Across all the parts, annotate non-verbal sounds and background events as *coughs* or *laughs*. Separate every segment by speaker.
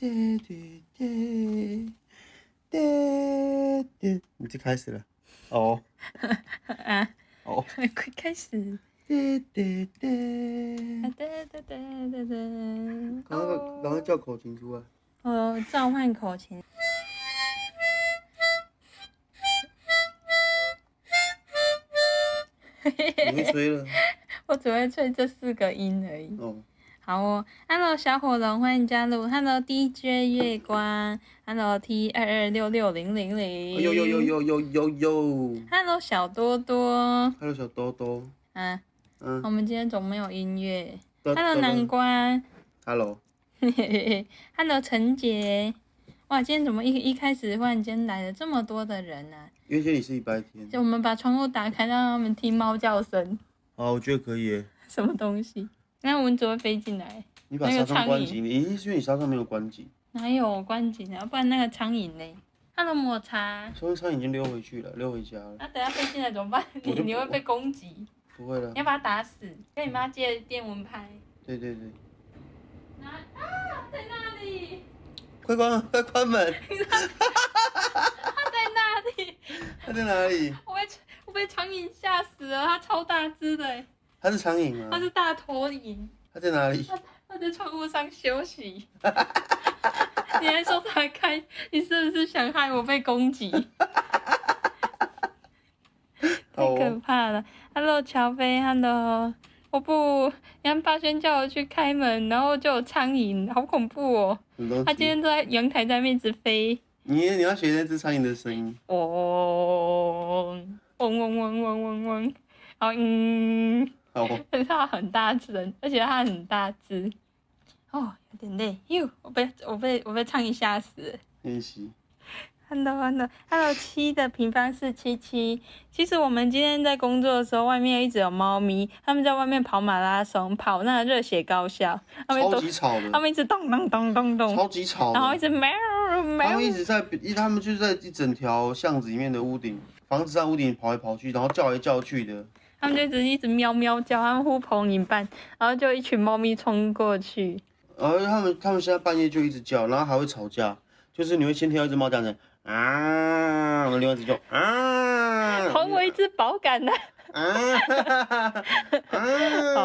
Speaker 1: 滴滴滴滴滴，你就开始了。哦
Speaker 2: 啊，
Speaker 1: 哦，
Speaker 2: 快开始！
Speaker 1: 滴滴
Speaker 2: 哒
Speaker 1: 滴。
Speaker 2: 哒哒哒哒哒。
Speaker 1: 然后那
Speaker 2: 哦
Speaker 1: 个，然后叫口琴出来。
Speaker 2: 我哦召唤口琴。
Speaker 1: 你会吹了？
Speaker 2: 我只会吹这四个音而已。
Speaker 1: 哦，
Speaker 2: 好哦，Hello 小火龙，欢迎加入，Hello DJ 月光，Hello T 二二六六零零零，
Speaker 1: 哎呦呦呦呦呦呦呦
Speaker 2: ，Hello 小多多，
Speaker 1: ！Hello 小兜兜，
Speaker 2: 嗯、
Speaker 1: 嗯
Speaker 2: 我们今天总没有音乐
Speaker 1: 兜
Speaker 2: ，Hello
Speaker 1: 兜
Speaker 2: 南瓜 *laughs*
Speaker 1: ，Hello，
Speaker 2: ，Hello 陈杰，哇，今天怎么一一开始忽然间来了这么多的人呢、啊？
Speaker 1: 因为今天你是礼拜天
Speaker 2: 就。我们把窗户打开，让他们听猫叫声， *laughs*
Speaker 1: 哦好，我觉得可以耶。
Speaker 2: 什么东西？那蚊子会飞进来？
Speaker 1: 你把
Speaker 2: 那
Speaker 1: 纱
Speaker 2: 个
Speaker 1: 窗
Speaker 2: 苍
Speaker 1: 关
Speaker 2: 蝇
Speaker 1: 紧，咦，是因为你纱窗没有关紧，
Speaker 2: 哪有关紧啊？不然那个苍蝇嘞？Hello 抹茶。
Speaker 1: 所以苍蝇已经溜回去了，溜回家了。
Speaker 2: 那、啊等下飞进来怎么办？
Speaker 1: 我
Speaker 2: 你
Speaker 1: 就
Speaker 2: *laughs* 你
Speaker 1: 不
Speaker 2: 会被攻击，
Speaker 1: 不会了
Speaker 2: 你要。把它打死，跟你妈借电蚊拍。
Speaker 1: 对对对，
Speaker 2: 然后啊，在那里，
Speaker 1: 快关，快关门！
Speaker 2: 它在那里，
Speaker 1: 它在哪里？
Speaker 2: 我被我被苍蝇吓死了，它超大只的，
Speaker 1: 它是苍蝇啊
Speaker 2: 它
Speaker 1: 吗？
Speaker 2: 是大头蝇，
Speaker 1: 它在哪里？
Speaker 2: 它它在窗户上休息。 *laughs* 你还说它开，你是不是想害我被攻击？太
Speaker 1: 哦
Speaker 2: 可怕了！Hello，乔飞，Hello，我不，杨霸轩叫我去开门，然后就有苍蝇，好恐怖哦！
Speaker 1: 很多
Speaker 2: 它今天都在阳台在面一直飞，
Speaker 1: 你你要学那只苍蝇的声音，
Speaker 2: 嗡嗡嗡嗡嗡嗡嗡，然后嗯， *laughs*
Speaker 1: 好，
Speaker 2: 它很大声，而且它很大只，哦，有点累，哟，我被我被我被苍蝇吓死了。
Speaker 1: 练习。
Speaker 2: Hello，Hello，Hello，七的平方是七七。其实我们今天在工作的时候，外面一直有猫咪，它们在外面跑马拉松，跑那热血高校，它们
Speaker 1: 超
Speaker 2: 都
Speaker 1: 级吵
Speaker 2: 它
Speaker 1: 的，
Speaker 2: 们一直咚咚咚咚咚，
Speaker 1: 超级吵
Speaker 2: 然后一
Speaker 1: 的。
Speaker 2: 直喵
Speaker 1: 他们一
Speaker 2: 喵，
Speaker 1: 直在，一他们就是在一整条巷子里面的屋顶，房子上屋顶跑来跑去，然后叫来叫去的。
Speaker 2: 它们就一直一直喵喵叫，它们呼朋引伴，然后就一群猫咪冲过去，
Speaker 1: 然后他们他们现在半夜就一直叫，然后还会吵架，就是你会先听到一只猫这样子啊，然后另外一只就啊，
Speaker 2: 还我一只宝杆呢、
Speaker 1: 啊哈哈哈哈
Speaker 2: *laughs*
Speaker 1: 啊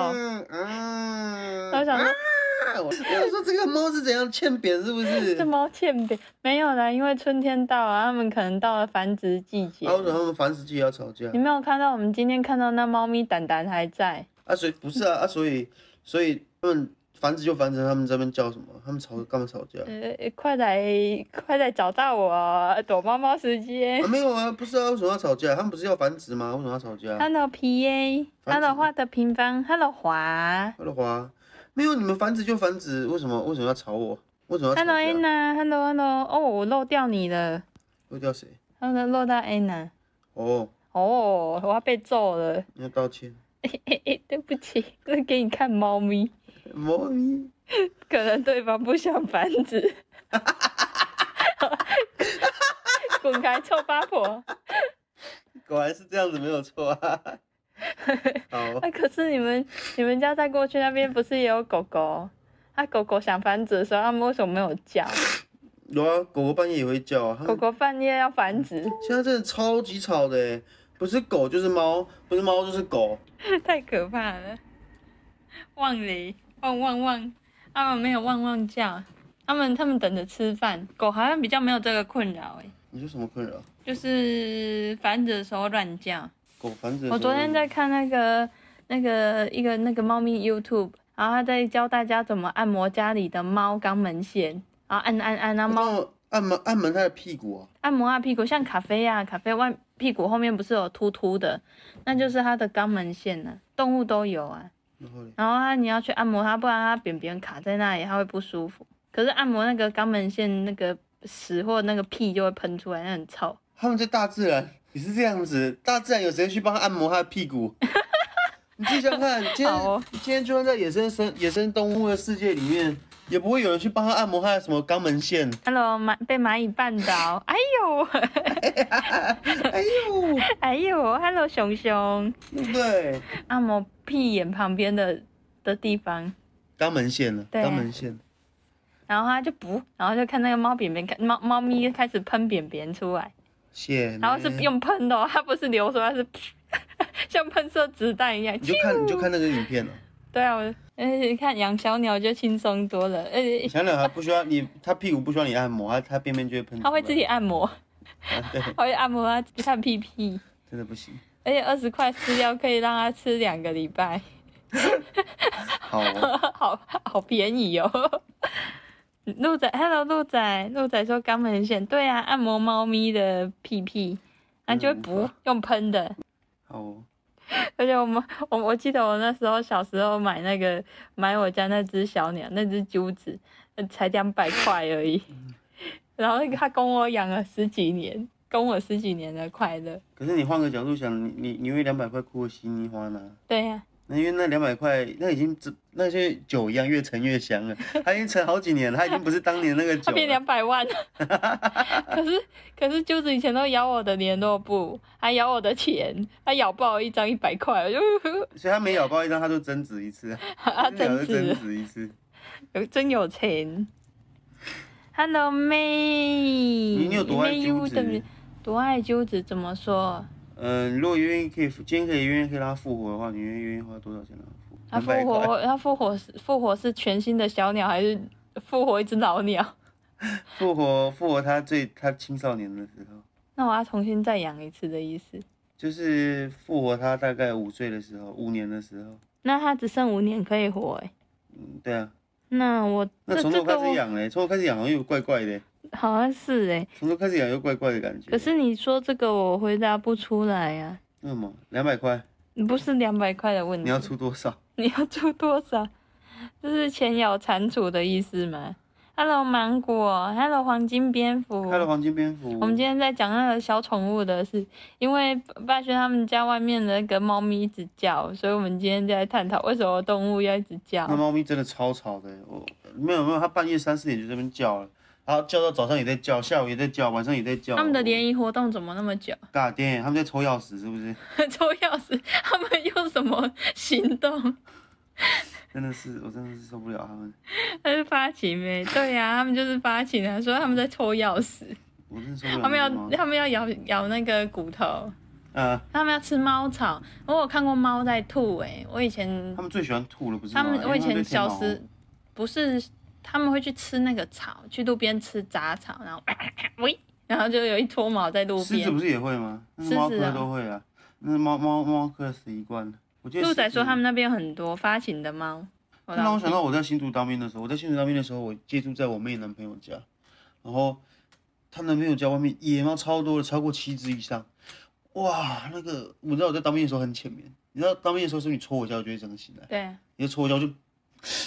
Speaker 1: 啊！
Speaker 2: 我想说
Speaker 1: 啊我 *laughs* 我说这个猫是怎样欠扁是不是？
Speaker 2: 这猫欠扁，没有啦，因为春天到了，它们可能到了繁殖季节
Speaker 1: 然。后他们繁殖季也要吵架
Speaker 2: 你没有看到我们今天看到那猫咪蛋蛋还在。
Speaker 1: 啊，所以不是啊啊，所以所以他们繁殖就繁殖，他们这边叫什么？他们吵干嘛吵架？
Speaker 2: 呃，快来快来找到我，躲猫猫时
Speaker 1: *laughs*
Speaker 2: 间
Speaker 1: 啊。没有啊，不是啊，为什么要吵架？他们不是要繁殖吗？为什么要吵架？
Speaker 2: Hello P A
Speaker 1: 繁殖
Speaker 2: Hello 画的平方，Hello 华
Speaker 1: 他的花啊没有，你们繁殖就繁殖，为什么为什么要吵我？为什么要吵
Speaker 2: ，Hello
Speaker 1: 架？
Speaker 2: Anna，Hello Hello，哦，我漏掉你了
Speaker 1: 会掉谁？
Speaker 2: ，Hello 漏到 Anna，
Speaker 1: 哦，
Speaker 2: 哦，我要被揍了，
Speaker 1: 你要道歉。
Speaker 2: 嘿嘿，对不起，这给你看猫咪，
Speaker 1: 猫咪，
Speaker 2: 可能对方不想繁殖，滚开，臭八婆！
Speaker 1: 果然是这样子，没有错
Speaker 2: *laughs*
Speaker 1: 啊。好，
Speaker 2: 啊，可是你们你们家在过去那边不是也有狗狗？啊，狗狗想繁殖的时候，它们为什么没有叫？
Speaker 1: 有啊，狗狗半夜也会叫啊。它
Speaker 2: 狗
Speaker 1: 们
Speaker 2: 狗半夜要繁殖，
Speaker 1: 现在真的超级吵的欸，不是狗就是猫，不是猫就是狗。
Speaker 2: *laughs* 太可怕了！旺雷，旺旺旺，它啊们没有旺旺叫，它们它们等着吃饭。狗好像比较没有这个困扰，诶，
Speaker 1: 你说什么困扰？
Speaker 2: 就是繁殖的时候乱叫。
Speaker 1: 狗繁殖的时候。
Speaker 2: 我昨天在看那个那个一个那个猫咪 YouTube，然后它在教大家怎么按摩家里的猫肛门腺，然后按按按，然后猫
Speaker 1: 帮我按门按门它的屁股啊，
Speaker 2: 按摩啊屁股，像咖啡啊，咖啡外屁股后面不是有突突的，那就是它的肛门腺呢、动物都有啊。
Speaker 1: 然后嘞，
Speaker 2: 然后它你要去按摩它，不然它扁扁卡在那里，它会不舒服。可是按摩那个肛门腺那个屎或那个屁就会喷出来，那很臭。
Speaker 1: 他们在大自然也是这样子，大自然有谁去帮它按摩它的屁股？
Speaker 2: *laughs*
Speaker 1: 你自己想看，今天、
Speaker 2: 好哦
Speaker 1: 今天就算在野生生野生动物的世界里面，也不会有人去帮它按摩它的什么肛门
Speaker 2: *laughs*
Speaker 1: 腺。
Speaker 2: Hello，蚂被蚂蚁绊倒，哎呦，
Speaker 1: 哎呦，
Speaker 2: 哎呦，Hello 熊熊，
Speaker 1: 对不对？
Speaker 2: 按摩屁眼旁边的的地方。
Speaker 1: 肛门腺呢？
Speaker 2: 对啊
Speaker 1: 肛门腺。
Speaker 2: 然后它就不，然后就看那个猫扁扁，看猫猫咪开始喷扁扁出来，
Speaker 1: 谢。
Speaker 2: 然后是用喷的、哦，它不是流出来，它是 *laughs* 像喷射子弹一样。
Speaker 1: 你就看你就看那个影片了、
Speaker 2: 对啊，我而且看养小鸟就轻松多了，哎而且
Speaker 1: 小鸟还不需要你，它屁股不需要你按摩，它它便便就会喷出来。
Speaker 2: *laughs* 它会自己按摩，
Speaker 1: 啊，对，
Speaker 2: 它会按摩它它屁屁，
Speaker 1: 真的不
Speaker 2: *laughs*
Speaker 1: 行。
Speaker 2: 而且二十块饲料可以让它吃两个礼拜， *laughs*
Speaker 1: 好哦，
Speaker 2: 好好便宜哦。鹿仔，Hello，鹿仔，鹿仔说肛门腺，对啊，按摩猫咪的屁屁，它就会
Speaker 1: 嗯
Speaker 2: 不用喷的，
Speaker 1: 好哦，
Speaker 2: 而且我们，我我记得我那时候小时候买那个买我家那只小鸟，那只鸠子，呃才两百块而已，
Speaker 1: 嗯
Speaker 2: *laughs* 然后它供我养了十几年，供我十几年的快乐。
Speaker 1: 可是你换个角度想，你你你为两百块哭得稀泥花呢？
Speaker 2: 对呀、
Speaker 1: 那因为那两百块，那已经只那些酒一样，越陈越香
Speaker 2: *laughs*
Speaker 1: 了。它已经陈好几年了，它已经不是当年那个
Speaker 2: 它
Speaker 1: 酒
Speaker 2: 变
Speaker 1: 了。
Speaker 2: 两百万。
Speaker 1: *laughs*
Speaker 2: 可是可是鸠子以前都咬我的联络簿，还咬我的钱，还咬爆一张一百块，我就
Speaker 1: 所以它每咬爆一张，它就增值一次
Speaker 2: *laughs*
Speaker 1: 啊，
Speaker 2: 啊
Speaker 1: 每咬
Speaker 2: 真
Speaker 1: 就是增。值一次。
Speaker 2: 有真有钱。Hello 妹，
Speaker 1: 你
Speaker 2: 你
Speaker 1: 你有多爱
Speaker 2: 优
Speaker 1: 揪
Speaker 2: 的名
Speaker 1: 子？
Speaker 2: 多爱揪子怎么说？
Speaker 1: 嗯、如果愿意可以，今天可以愿意可以让它复活的话，你愿意愿意花多少钱让它
Speaker 2: 他
Speaker 1: 复
Speaker 2: 复
Speaker 1: 活？两百块，
Speaker 2: 活，他复活是复活是全新的小鸟，还是复活一只老鸟？
Speaker 1: 复活复活它最它青少年的时候，
Speaker 2: 那我要重新再养一次的意思？
Speaker 1: 就是复活它大概五岁的时候，五年的时候。
Speaker 2: 那它只剩五年可以活、欸，
Speaker 1: 嗯，对啊。
Speaker 2: 那我
Speaker 1: 那
Speaker 2: 这
Speaker 1: 从
Speaker 2: 这
Speaker 1: 头
Speaker 2: 个
Speaker 1: 开始
Speaker 2: 我
Speaker 1: 养欸嘞，从头开始养好像又怪怪的，欸
Speaker 2: 好像是哎、
Speaker 1: 从头开始养又怪怪的感觉。
Speaker 2: 可是你说这个我回答不出来呀、
Speaker 1: 为什么两百块？
Speaker 2: 不是两百块的问题，
Speaker 1: 你要出多少？
Speaker 2: 你要出多少？这是钱咬蟾蜍的意思吗？Hello 芒果，Hello 黄金蝙蝠
Speaker 1: 开了黄金蝙蝠，
Speaker 2: 我们今天在讲那个小宠物的事，因为霸轩他们家外面的那个猫咪一直叫，所以我们今天就在探讨为什么动物要一直叫
Speaker 1: 那。猫咪真的超吵的，欸我没有没有，它半夜三四点就在那边叫了，然后叫到早上也在叫，下午也在叫，晚上也在叫。
Speaker 2: 他们的
Speaker 1: 我
Speaker 2: 联谊活动怎么那么久？ *laughs*
Speaker 1: 尬电，他们在抽钥匙是不是？
Speaker 2: 抽钥匙，他们用什么行动？
Speaker 1: 真的是，我真的是受不了他们，
Speaker 2: 他是发情呗？对呀、他们就是发情啊，说他们在抽钥匙，
Speaker 1: 我真的受不了
Speaker 2: 他们
Speaker 1: 那种
Speaker 2: 要
Speaker 1: 猫
Speaker 2: 他们要咬咬那个骨头，
Speaker 1: 啊，
Speaker 2: 他们要吃猫草。我有看过猫在吐、诶，我以前
Speaker 1: 他们最喜欢吐了，不是吗？
Speaker 2: 他们
Speaker 1: 因
Speaker 2: 我
Speaker 1: 为
Speaker 2: 以前
Speaker 1: 对天
Speaker 2: 小
Speaker 1: 毛
Speaker 2: 时不是他们会去吃那个草，去路边吃杂草，然后 *coughs* 喂，然后就有一撮毛在路
Speaker 1: 狮子
Speaker 2: 边。
Speaker 1: 不是也会吗？那
Speaker 2: 狮子
Speaker 1: 猫科
Speaker 2: 啊
Speaker 1: 都会啊，那猫猫猫科死一贯了。我记得
Speaker 2: 鹿
Speaker 1: 狮
Speaker 2: 仔
Speaker 1: 子
Speaker 2: 说他们那边有很多发情的猫。
Speaker 1: 这让我想
Speaker 2: 到
Speaker 1: 到我在新竹当兵的时候，我在新竹当兵的时候，我借住在我妹男朋友家，然后她男朋友家外面野猫超多的，超过七只以上。哇，那个我知道我在当兵的时候很浅眠，你知道当兵的时候是你戳我一下，我就会整个醒来，
Speaker 2: 对，
Speaker 1: 你就戳我一下我就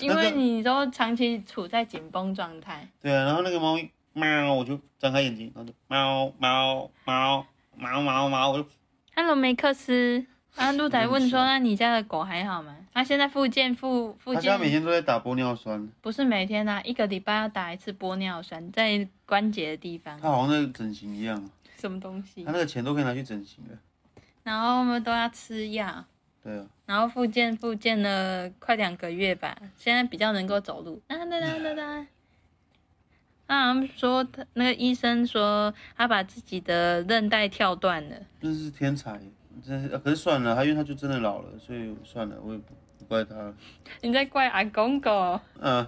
Speaker 2: 因为你都长期处在紧绷状态，
Speaker 1: 对啊，然后那个猫咪喵，我就张开眼睛，然后就喵喵喵喵喵喵，我就
Speaker 2: Hello，梅克斯。啊，鹿仔问说：“那你家的狗还好吗？”它、现在复健复复
Speaker 1: 他家每
Speaker 2: 健，
Speaker 1: 天都在打玻尿酸，
Speaker 2: 不是每天啊，一个礼拜要打一次玻尿酸，在关节的地方，
Speaker 1: 他好像在整形一样，
Speaker 2: 什么东西
Speaker 1: 他那，个钱都可以拿去整形了。
Speaker 2: 然后我们都要吃药。
Speaker 1: 对啊，
Speaker 2: 然后复健复健了快两个月吧，现在比较能够走路。哒哒哒哒哒。啊，他们说他那个医生说他把自己的韧带跳断了，
Speaker 1: 真是天才，真是。啊可是算了，他因为他就真的老了，所以算了，我也不不怪他了。
Speaker 2: 你在怪阿公公
Speaker 1: 嗯、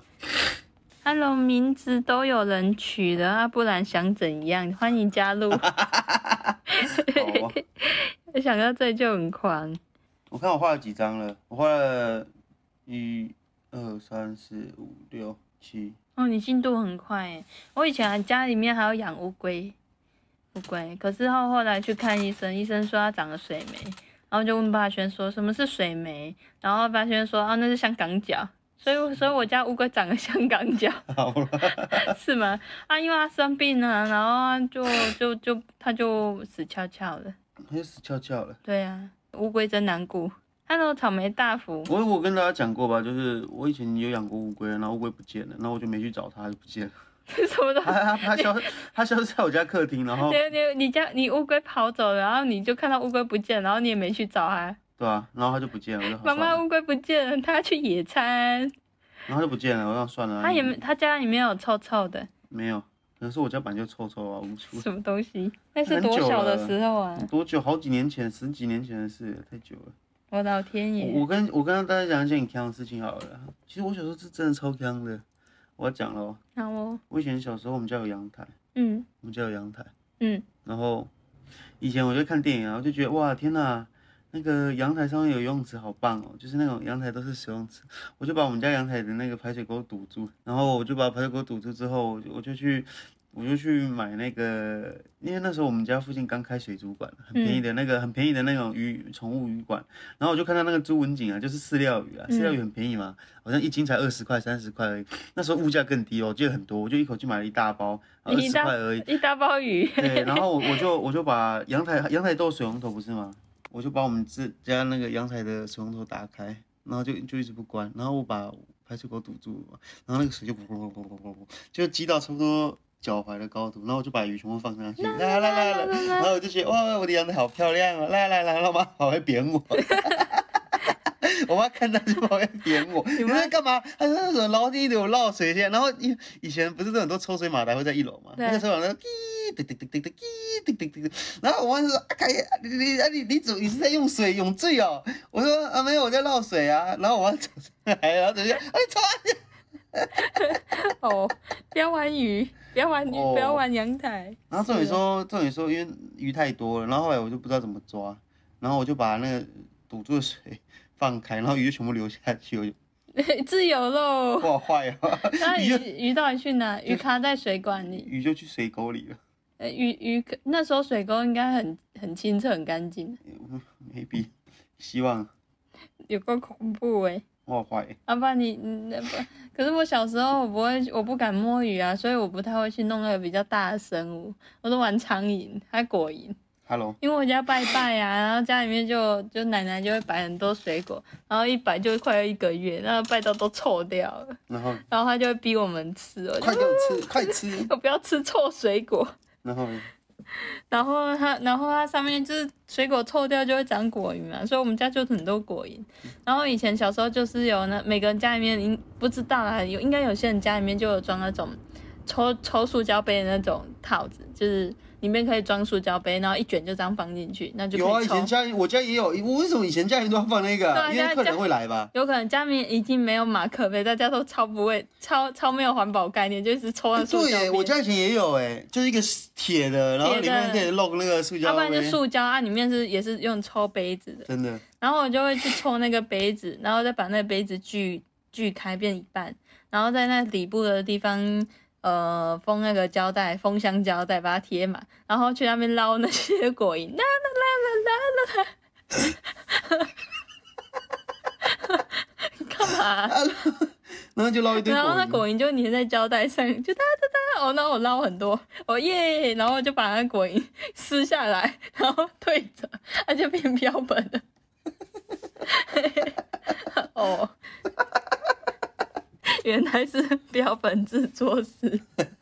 Speaker 2: ？Hello，名字都有人取了啊，不然想怎样？欢迎加 *laughs* 入。
Speaker 1: 好
Speaker 2: *laughs*
Speaker 1: 啊。
Speaker 2: 想到这里就很狂。
Speaker 1: 我看我画了几张了，我画了一、二、三、四、五、六、七。
Speaker 2: 哦，你进度很快诶。我以前还家里面还有养乌龟，乌龟，可是后后来去看医生，医生说它长了水霉，然后就问霸轩说什么是水霉，然后霸轩说啊那是香港脚，所以我所以我家乌龟长了香港脚， *laughs*
Speaker 1: 好了，
Speaker 2: 是吗？啊，因为它生病了，然后它就就就它就死翘翘了。
Speaker 1: 他就死翘翘了。
Speaker 2: 对啊，乌龟真难顾。Hello，草莓大福， *laughs*
Speaker 1: 我我跟大家讲过吧，就是我以前有养过乌龟，然后乌龟不见了，然后我就没去找它，它就不见了。 *laughs*
Speaker 2: 什么东西
Speaker 1: 它？它它消它消失在我家客厅，然后
Speaker 2: 你你你家你乌龟跑走了，然后你就看到乌龟不见，然后你也没去找它。
Speaker 1: 对啊，然后它就不见了，我就好
Speaker 2: 妈
Speaker 1: 算
Speaker 2: 妈
Speaker 1: 了。
Speaker 2: 乌龟不见了，它去野餐。
Speaker 1: 然后他就不见了，我说算了，
Speaker 2: 他也没他家里面有臭臭的，
Speaker 1: 没有，可是我家本来就臭臭啊，无处。
Speaker 2: 什么东西？那是
Speaker 1: 很
Speaker 2: 多
Speaker 1: 久
Speaker 2: 小的
Speaker 1: 了
Speaker 2: 时候啊！
Speaker 1: 多久？好几年前，十几年前的事了，太久了。
Speaker 2: 我老天
Speaker 1: 我
Speaker 2: 爷，
Speaker 1: 我跟我跟大家讲一件很坑的事情好了啦。其实我小时候是真的超坑的，我要讲喽。
Speaker 2: 然后
Speaker 1: 我以前小时候我们家有阳台，
Speaker 2: 嗯
Speaker 1: 我们家有阳台，
Speaker 2: 嗯
Speaker 1: 然后以前我就看电影啊，我就觉得哇天哪，那个阳台上面有游泳池好棒哦，就是那种阳台都是水泳池，我就把我们家阳台的那个排水沟堵住，然后我就把排水沟堵住之后，我就我就去。我就去买那个，因为那时候我们家附近刚开水族馆，很便
Speaker 2: 嗯
Speaker 1: 宜的那个，很便宜的那种鱼宠物鱼馆。然后我就看到那个朱文锦啊，就是饲料鱼啊，饲料鱼很便宜嘛，好像一斤才二十块、三十块而已。那时候物价更低哦，我记得很多，我就一口气买了一大包，二
Speaker 2: 一
Speaker 1: 十
Speaker 2: 大
Speaker 1: 块而已。
Speaker 2: 一大包
Speaker 1: *laughs*
Speaker 2: 鱼，
Speaker 1: 对，然后我就我就把阳台阳台都有水龙头不是吗？我就把我们自家那个阳台的水龙头打开，然后就就一直不关，然后我把排水口堵住了嘛，然后那个水就咕咕咕咕咕咕咕，就积到差不多脚踝的高度，然后我就把鱼全部放上去，啦啦啦啦，然后我就觉得哇，我的阳台好漂亮哦，啦啦啦，然后我妈跑来扁我。 *laughs* 我妈看到就跑来扁我，你们在干嘛？她说那种捞地有捞水线，然后以以前不是都很多抽水马达会在一楼嘛，
Speaker 2: 对
Speaker 1: 那个时候有那个滴滴滴滴滴滴滴滴滴滴，然后我妈就说：“啊，凯，你你啊你你怎么你是在用水泳醉哦？”我说：“啊没有，我在捞水啊。”然后我妈走上来，然后怎么样？哎，操！
Speaker 2: 哦，不要玩鱼，不要玩鱼，不要
Speaker 1: 哦
Speaker 2: 玩阳台，
Speaker 1: 然后重点说，重点说，因为鱼太多了，然后后来我就不知道怎么抓，然后我就把那个堵住的水放开，然后鱼就全部流下去，我就
Speaker 2: 啊 *laughs* 自
Speaker 1: *laughs*
Speaker 2: 由喽。
Speaker 1: 哇坏了，
Speaker 2: *laughs* 那
Speaker 1: 鱼就
Speaker 2: 鱼鱼到底去哪？鱼卡在水管里，
Speaker 1: 鱼就去水沟里了
Speaker 2: 呃，鱼鱼那时候水沟应该很很清澈、很干净，
Speaker 1: ，maybe，希望
Speaker 2: 有够恐怖哎、
Speaker 1: 哇坏，
Speaker 2: 阿爸你你不，可是我小时候我不会，我不敢摸鱼啊，所以我不太会去弄那个比较大的生物，我都玩苍蝇、还果蝇。
Speaker 1: ，hello，
Speaker 2: 因为我家拜拜啊，然后家里面就就奶奶就会摆很多水果，然后一摆就快要一个月，然后拜到都臭掉了，
Speaker 1: 然后
Speaker 2: 然后他就会逼我们吃，我
Speaker 1: 快
Speaker 2: 就
Speaker 1: 给我吃，快吃，
Speaker 2: *laughs* 我不要吃臭水果，
Speaker 1: 然后
Speaker 2: 然后它然后它上面就是水果臭掉就会长果蝇嘛，所以我们家就很多果蝇。然后以前小时候就是有那每个人家里面应不知道啦，有应该有些人家里面就有装那种抽抽塑胶杯的那种套子，就是里面可以装塑胶杯，然后一卷就这样放进去，那就
Speaker 1: 有
Speaker 2: 可
Speaker 1: 啊，
Speaker 2: 以
Speaker 1: 以
Speaker 2: 抽。
Speaker 1: 前家里我家也有，我为什么以前家里都要放那个
Speaker 2: 对啊
Speaker 1: 啊？因
Speaker 2: 家
Speaker 1: 为客
Speaker 2: 家
Speaker 1: 人会来吧。
Speaker 2: 有可能家里面已经没有马克杯，大家都超不会、超超没有环保概念，就一直抽那塑
Speaker 1: 对
Speaker 2: 胶杯。
Speaker 1: 耶，我家以前也有哎，就是一个铁的，然后里面可
Speaker 2: 铁
Speaker 1: 以弄那个塑
Speaker 2: 要、
Speaker 1: 胶
Speaker 2: 不然就
Speaker 1: 杯，
Speaker 2: 塑胶啊，里面是也是用抽杯子的，
Speaker 1: 真的。
Speaker 2: 然后我就会去抽那个杯子，然后再把那个杯子锯锯开变一半，然后在那底部的地方呃封那个胶带，封箱胶带把它贴满，然后去那边捞那些果蝇，啦啦啦啦啦啦啦，干嘛？
Speaker 1: 然后就捞一堆
Speaker 2: 然后那
Speaker 1: 果
Speaker 2: 果蝇就粘在胶带上，就哒哒哒，哦，那我捞很多，哦耶，然后就把那果蝇撕下来，然后对折，它就变标本了。 *laughs* 哦， *laughs* 原来是标本制作师。 *laughs*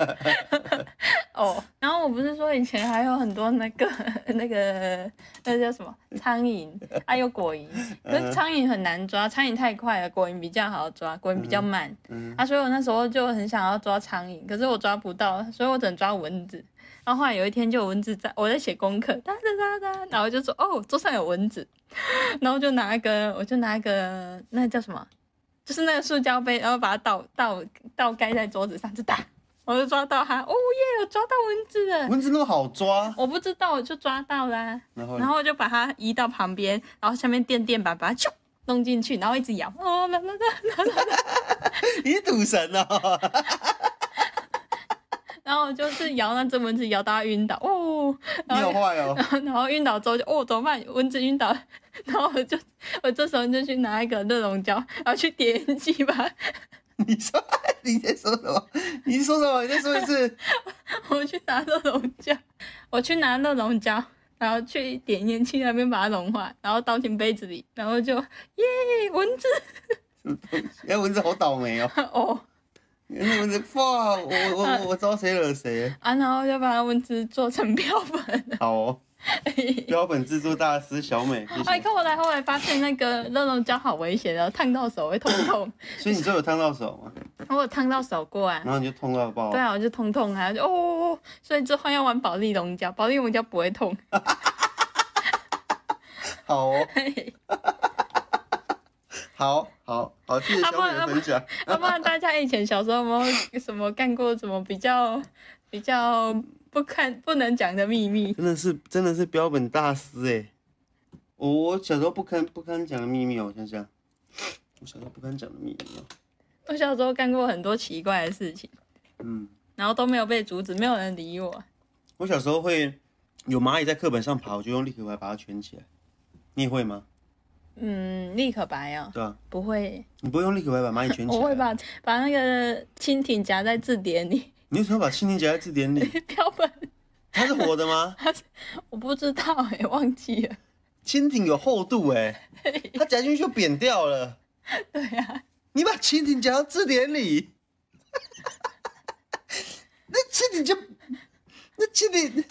Speaker 2: 哦，然后我不是说以前还有很多那个 *laughs* 那个那叫什么苍蝇，还有果蝇，可是苍蝇很难抓，苍蝇太快了，果蝇比较好抓，果蝇比较慢。
Speaker 1: 嗯
Speaker 2: 啊，所以我那时候就很想要抓苍蝇，可是我抓不到，所以我只能抓蚊子。然后后来有一天就有蚊子在，我在写功课，哒哒哒哒，然后就说哦，桌上有蚊子， *laughs* 然后就拿一个，我就拿一个那叫什么，就是那个塑胶杯，然后把它倒倒倒盖在桌子上，就打，我就抓到它，哦耶，我抓到蚊子了，
Speaker 1: 蚊子那么好抓，
Speaker 2: 我不知道我就抓到啦、
Speaker 1: 然后
Speaker 2: 然后我就把它移到旁边，然后下面垫垫板把它咻弄进去，然后一直咬，哦，那那那，
Speaker 1: *laughs* 你是赌神啊！
Speaker 2: 然后就是摇那只蚊子，摇到它晕倒，哦，
Speaker 1: 你
Speaker 2: 然
Speaker 1: 好
Speaker 2: 后
Speaker 1: 坏
Speaker 2: *laughs*
Speaker 1: 哦，
Speaker 2: 然后晕倒之后就哦怎么办？蚊子晕倒， *laughs* 然后我就我这时候就去拿一个热熔胶，然后去点烟机把它，
Speaker 1: 你说你在说什么？你说什么？你再说一次。
Speaker 2: 我去拿热熔胶，我去拿热熔胶。然后去点烟器那边把它融化，然后倒进杯子里，然后就耶蚊子
Speaker 1: 哎，蚊子好倒霉哦，哎
Speaker 2: 哦
Speaker 1: 那蚊子
Speaker 2: 啊
Speaker 1: 哇，我我我我招谁惹谁？
Speaker 2: 啊，然后就把蚊子做成标本。 *laughs*
Speaker 1: 好哦，标本制作大师小美，谢
Speaker 2: 哎，
Speaker 1: 谢。
Speaker 2: 可我来后来发现那个热熔胶好危险的，烫到手会痛痛。 *laughs*
Speaker 1: 所以你就有烫到手嘛，
Speaker 2: 我有烫到手过啊，
Speaker 1: 然后你就痛到爆
Speaker 2: 对。啊，我就痛痛啊，就哦哦哦，所以之后要玩保利龙胶，保利龙胶不会痛。
Speaker 1: *laughs* 好哦，
Speaker 2: 嘿嘿
Speaker 1: 好好好，谢谢小美的分享。
Speaker 2: 要、啊不然大家以前小时候有没有什么干过什么比较比较不看不能讲的秘密？
Speaker 1: *laughs* 真的是真的是标本大师哎、我我小时候不堪不堪讲的秘密哦，我想想，我小时候不堪讲的秘密哦，
Speaker 2: 我小时候干过很多奇怪的事情，
Speaker 1: 嗯，
Speaker 2: 然后都没有被阻止，没有人理我。
Speaker 1: 我小时候会有蚂蚁在课本上爬，我就用立可白把它圈起来。你也会吗？
Speaker 2: 嗯，立可白啊、
Speaker 1: 对啊，
Speaker 2: 不会，
Speaker 1: 你不会用立可白把蚂蚁圈起来、
Speaker 2: 我会？把把那个蜻蜓夹在字典里 *laughs*
Speaker 1: 你为什么要把蜻蜓夹在字典里？
Speaker 2: 标本， *laughs*
Speaker 1: 它是活的吗？
Speaker 2: 我不知道哎、忘记了。 *laughs*
Speaker 1: 蜻蜓有厚度哎、它夹进去就扁掉了。
Speaker 2: 对啊，
Speaker 1: 你把蜻蜓夹到字典里， *laughs* 那蜻蜓就那蜻蜓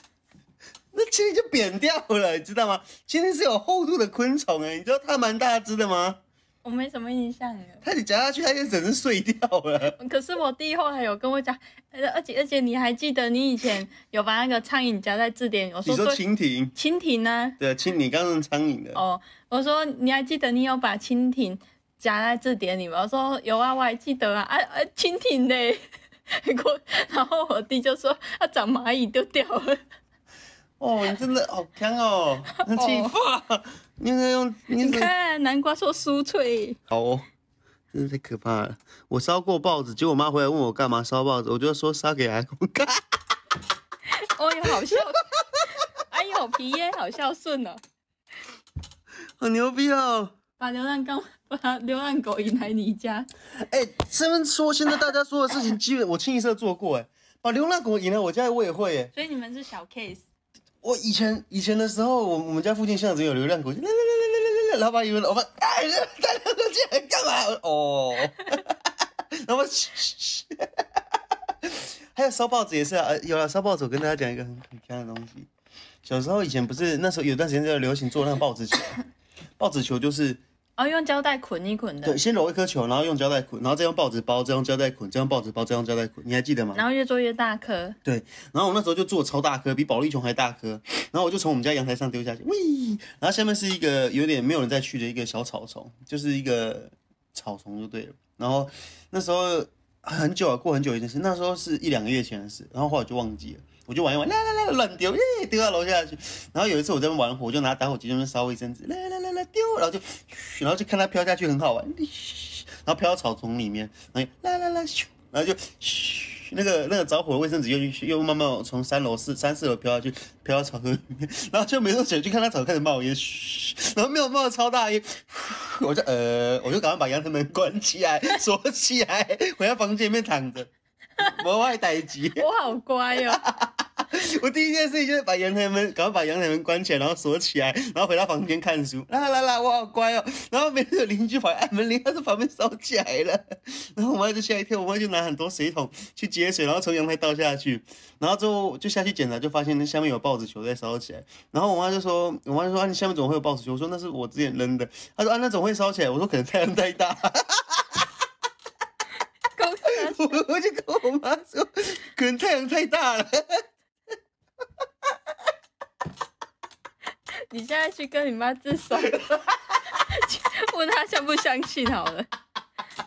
Speaker 1: 那蜻蜓就扁掉了，你知道吗？蜻蜓是有厚度的昆虫哎、你知道它蛮大只的吗？
Speaker 2: 我没什么印象了。
Speaker 1: 它你夹下去，它就整个碎掉了。
Speaker 2: 可是我弟后来有跟我讲，呃而且而且你还记得你以前有把那个苍蝇夹在字典，我
Speaker 1: 你
Speaker 2: 说
Speaker 1: 说
Speaker 2: 对，
Speaker 1: 蜻蜓？
Speaker 2: 蜻蜓呢、
Speaker 1: 对，蜻你刚刚用苍蝇的，
Speaker 2: 哦，我说你还记得你有把蜻蜓夹在字典里吗？我说有啊，我还记得啊，啊啊，蜻蜓嘞。我 *laughs* 然后我弟就说他长蚂蚁丢掉了，
Speaker 1: 哦，你真的好强哦，很气发。你在用， *laughs* 你
Speaker 2: 哦你
Speaker 1: 在
Speaker 2: 看啊南瓜说酥脆，
Speaker 1: 好哦，真的太可怕了。我烧过报纸，结果我妈回来问我干嘛烧报纸，我就说烧给阿公看。
Speaker 2: 哦哟好孝， *laughs* 哎呦皮耶好孝顺哦，
Speaker 1: 好牛逼哦！
Speaker 2: 把流浪狗把流浪狗引来你家，
Speaker 1: 哎、这边说现在大家说的事情，基本我清一色做过哎、把流浪狗引来我家我也会哎、
Speaker 2: 所以你们是小 case，
Speaker 1: 我以前以前的时候，我我们家附近巷子有流浪狗，来来来来来来来，老板以为老板哎， *laughs* 带流浪狗进来干嘛？哦， *laughs* 然后嘘嘘嘘，还有烧报纸也是啊，呃有了烧报纸，我跟大家讲一个很很香的东西。小时候以前不是那时候有段时间在流行做那个报纸球，报纸球就是
Speaker 2: 哦用胶带捆一捆的
Speaker 1: 对，，先揉一颗球，然后用胶带捆，然后再用报纸包，再用胶带捆，再用报纸包，再用胶带捆，你还记得吗？
Speaker 2: 然后越做越大颗，
Speaker 1: 对，然后我那时候就做超大颗，比保利熊还大颗，然后我就从我们家阳台上丢下去，喂，然后下面是一个有点没有人再去的一个小草丛，就是一个草丛就对了。然后那时候很久啊，过很久一件事，那时候是一两个月前的事，然后后来我就忘记了。我就玩一玩，来来来，乱丢，耶，丢哎到楼下去。然后有一次我在那玩火，我就拿打火机在那边烧卫生纸，来来来来丢，然后就，嘘然后就看它飘下去，很好玩，嘘然后飘到草丛里面，然后就来来来，咻然后就嘘，那个那个着火的卫生纸又又慢慢从三楼四三四楼飘下去，飘到草丛里面，然后就没多久就看它草开始冒烟，嘘然后没有冒超大烟，呼我就呃，我就赶快把阳台门关起来锁起来，回到房间里面躺着，门外待机。
Speaker 2: 我好乖哦， *laughs*
Speaker 1: *laughs* 我第一件事情就是把阳台门，赶快把阳台门关起来，然后锁起来，然后回到房间看书。啦啦啦，我好乖哦。然后没有邻居跑来按门铃，他说旁边烧起来了。 *laughs* 然后我妈就吓一跳，我妈就拿很多水桶去接水，然后从阳台倒下去。然后之后就下去检查，就发现那下面有报纸球在烧起来。然后我妈就说，我妈就说啊，你下面怎么会有报纸球？我说那是我之前扔的。她说啊，那怎么会烧起来？我说可能太阳太大。 *laughs*
Speaker 2: 狗
Speaker 1: 我我就跟我妈说，可能太阳太大了。
Speaker 2: 你现在去跟你妈自首， *laughs* 问她相不相信好了。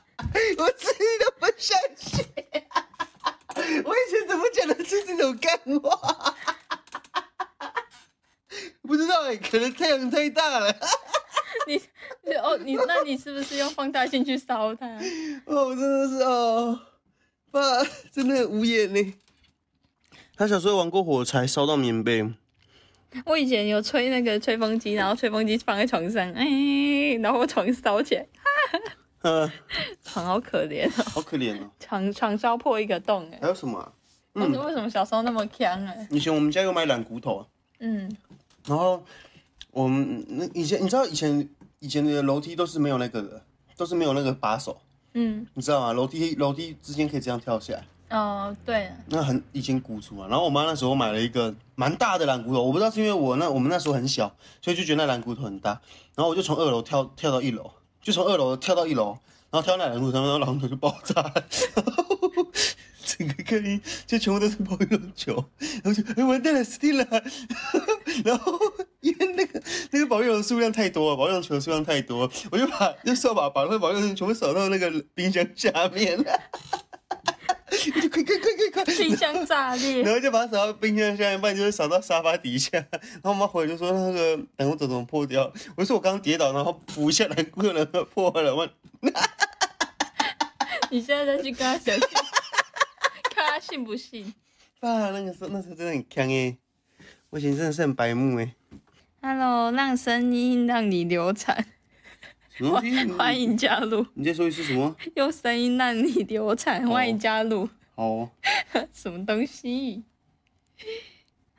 Speaker 1: *laughs* 我自己都不相信、我以前怎么讲得出这种干话？ *laughs* 不知道哎、可能太阳太大了。 *laughs*
Speaker 2: 你你哦，你那你是不是用放大镜去烧它？
Speaker 1: 哦，我真的是哦，爸真的很无言欸呢。他小时候玩过火柴，烧到棉被。 *laughs*
Speaker 2: 我以前有吹那个吹风机，然后吹风机放在床上，哎、然后我床烧起来，
Speaker 1: 呃，
Speaker 2: 床好可怜哦，
Speaker 1: 好可怜哦。
Speaker 2: 床床烧破一个洞哎、
Speaker 1: 还有什么、啊？
Speaker 2: 我说为什么小时候那么强啊？
Speaker 1: 以前我们家有买懒骨头啊，
Speaker 2: 嗯，
Speaker 1: 然后我们那以前你知道以前以前的楼梯都是没有那个的，都是没有那个把手。
Speaker 2: 嗯，
Speaker 1: 你知道吗？楼梯楼梯之间可以这样跳下来，
Speaker 2: 哦，对了，
Speaker 1: 那很以前古竹啊，然后我妈那时候买了一个蛮大的蓝骨头，我不知道是因为我那我们那时候很小，所以就觉得那蓝骨头很大，然后我就从二楼跳跳到一楼，就从二楼跳到一楼，然后跳到那蓝骨头，然后蓝骨头就爆炸了，然后整个客厅就全部都是泡运动球，然后就哎完蛋了死定了， *laughs* 然后因为那个那个保育的数量太多了，保育球的数量太多，我就把就扫把把那个保育球全部扫到那个冰箱下面， *laughs* 就快快快快快，
Speaker 2: 冰箱炸裂，
Speaker 1: 然后就把它扫到冰箱下面，不然就是扫到沙发底下。然后我妈回来就说那个蓝骨头怎么破掉？我说我刚跌倒，然后扶一下蓝骨头，然后破了。我
Speaker 2: 你现在再去跟他讲，看他信不信。
Speaker 1: 爸那个时候那时候真的很强哎，我以前真的是很白目哎。
Speaker 2: Hello，让声音让你流产，
Speaker 1: 什么东西
Speaker 2: 欢。迎加入，
Speaker 1: 你再说一次什么？
Speaker 2: 用声音让你流产，欢迎加入。
Speaker 1: 好、哦，
Speaker 2: 什么东西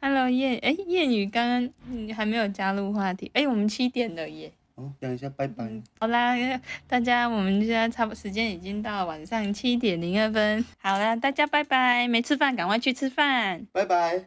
Speaker 2: ？Hello，燕，哎，燕语刚刚你还没有加入话题，哎，我们七点了耶。
Speaker 1: 好，讲一下拜拜。
Speaker 2: 好啦，大家，我们现在差不多时间已经到晚上七点零二分。好啦，大家拜拜，没吃饭赶快去吃饭。
Speaker 1: 拜拜。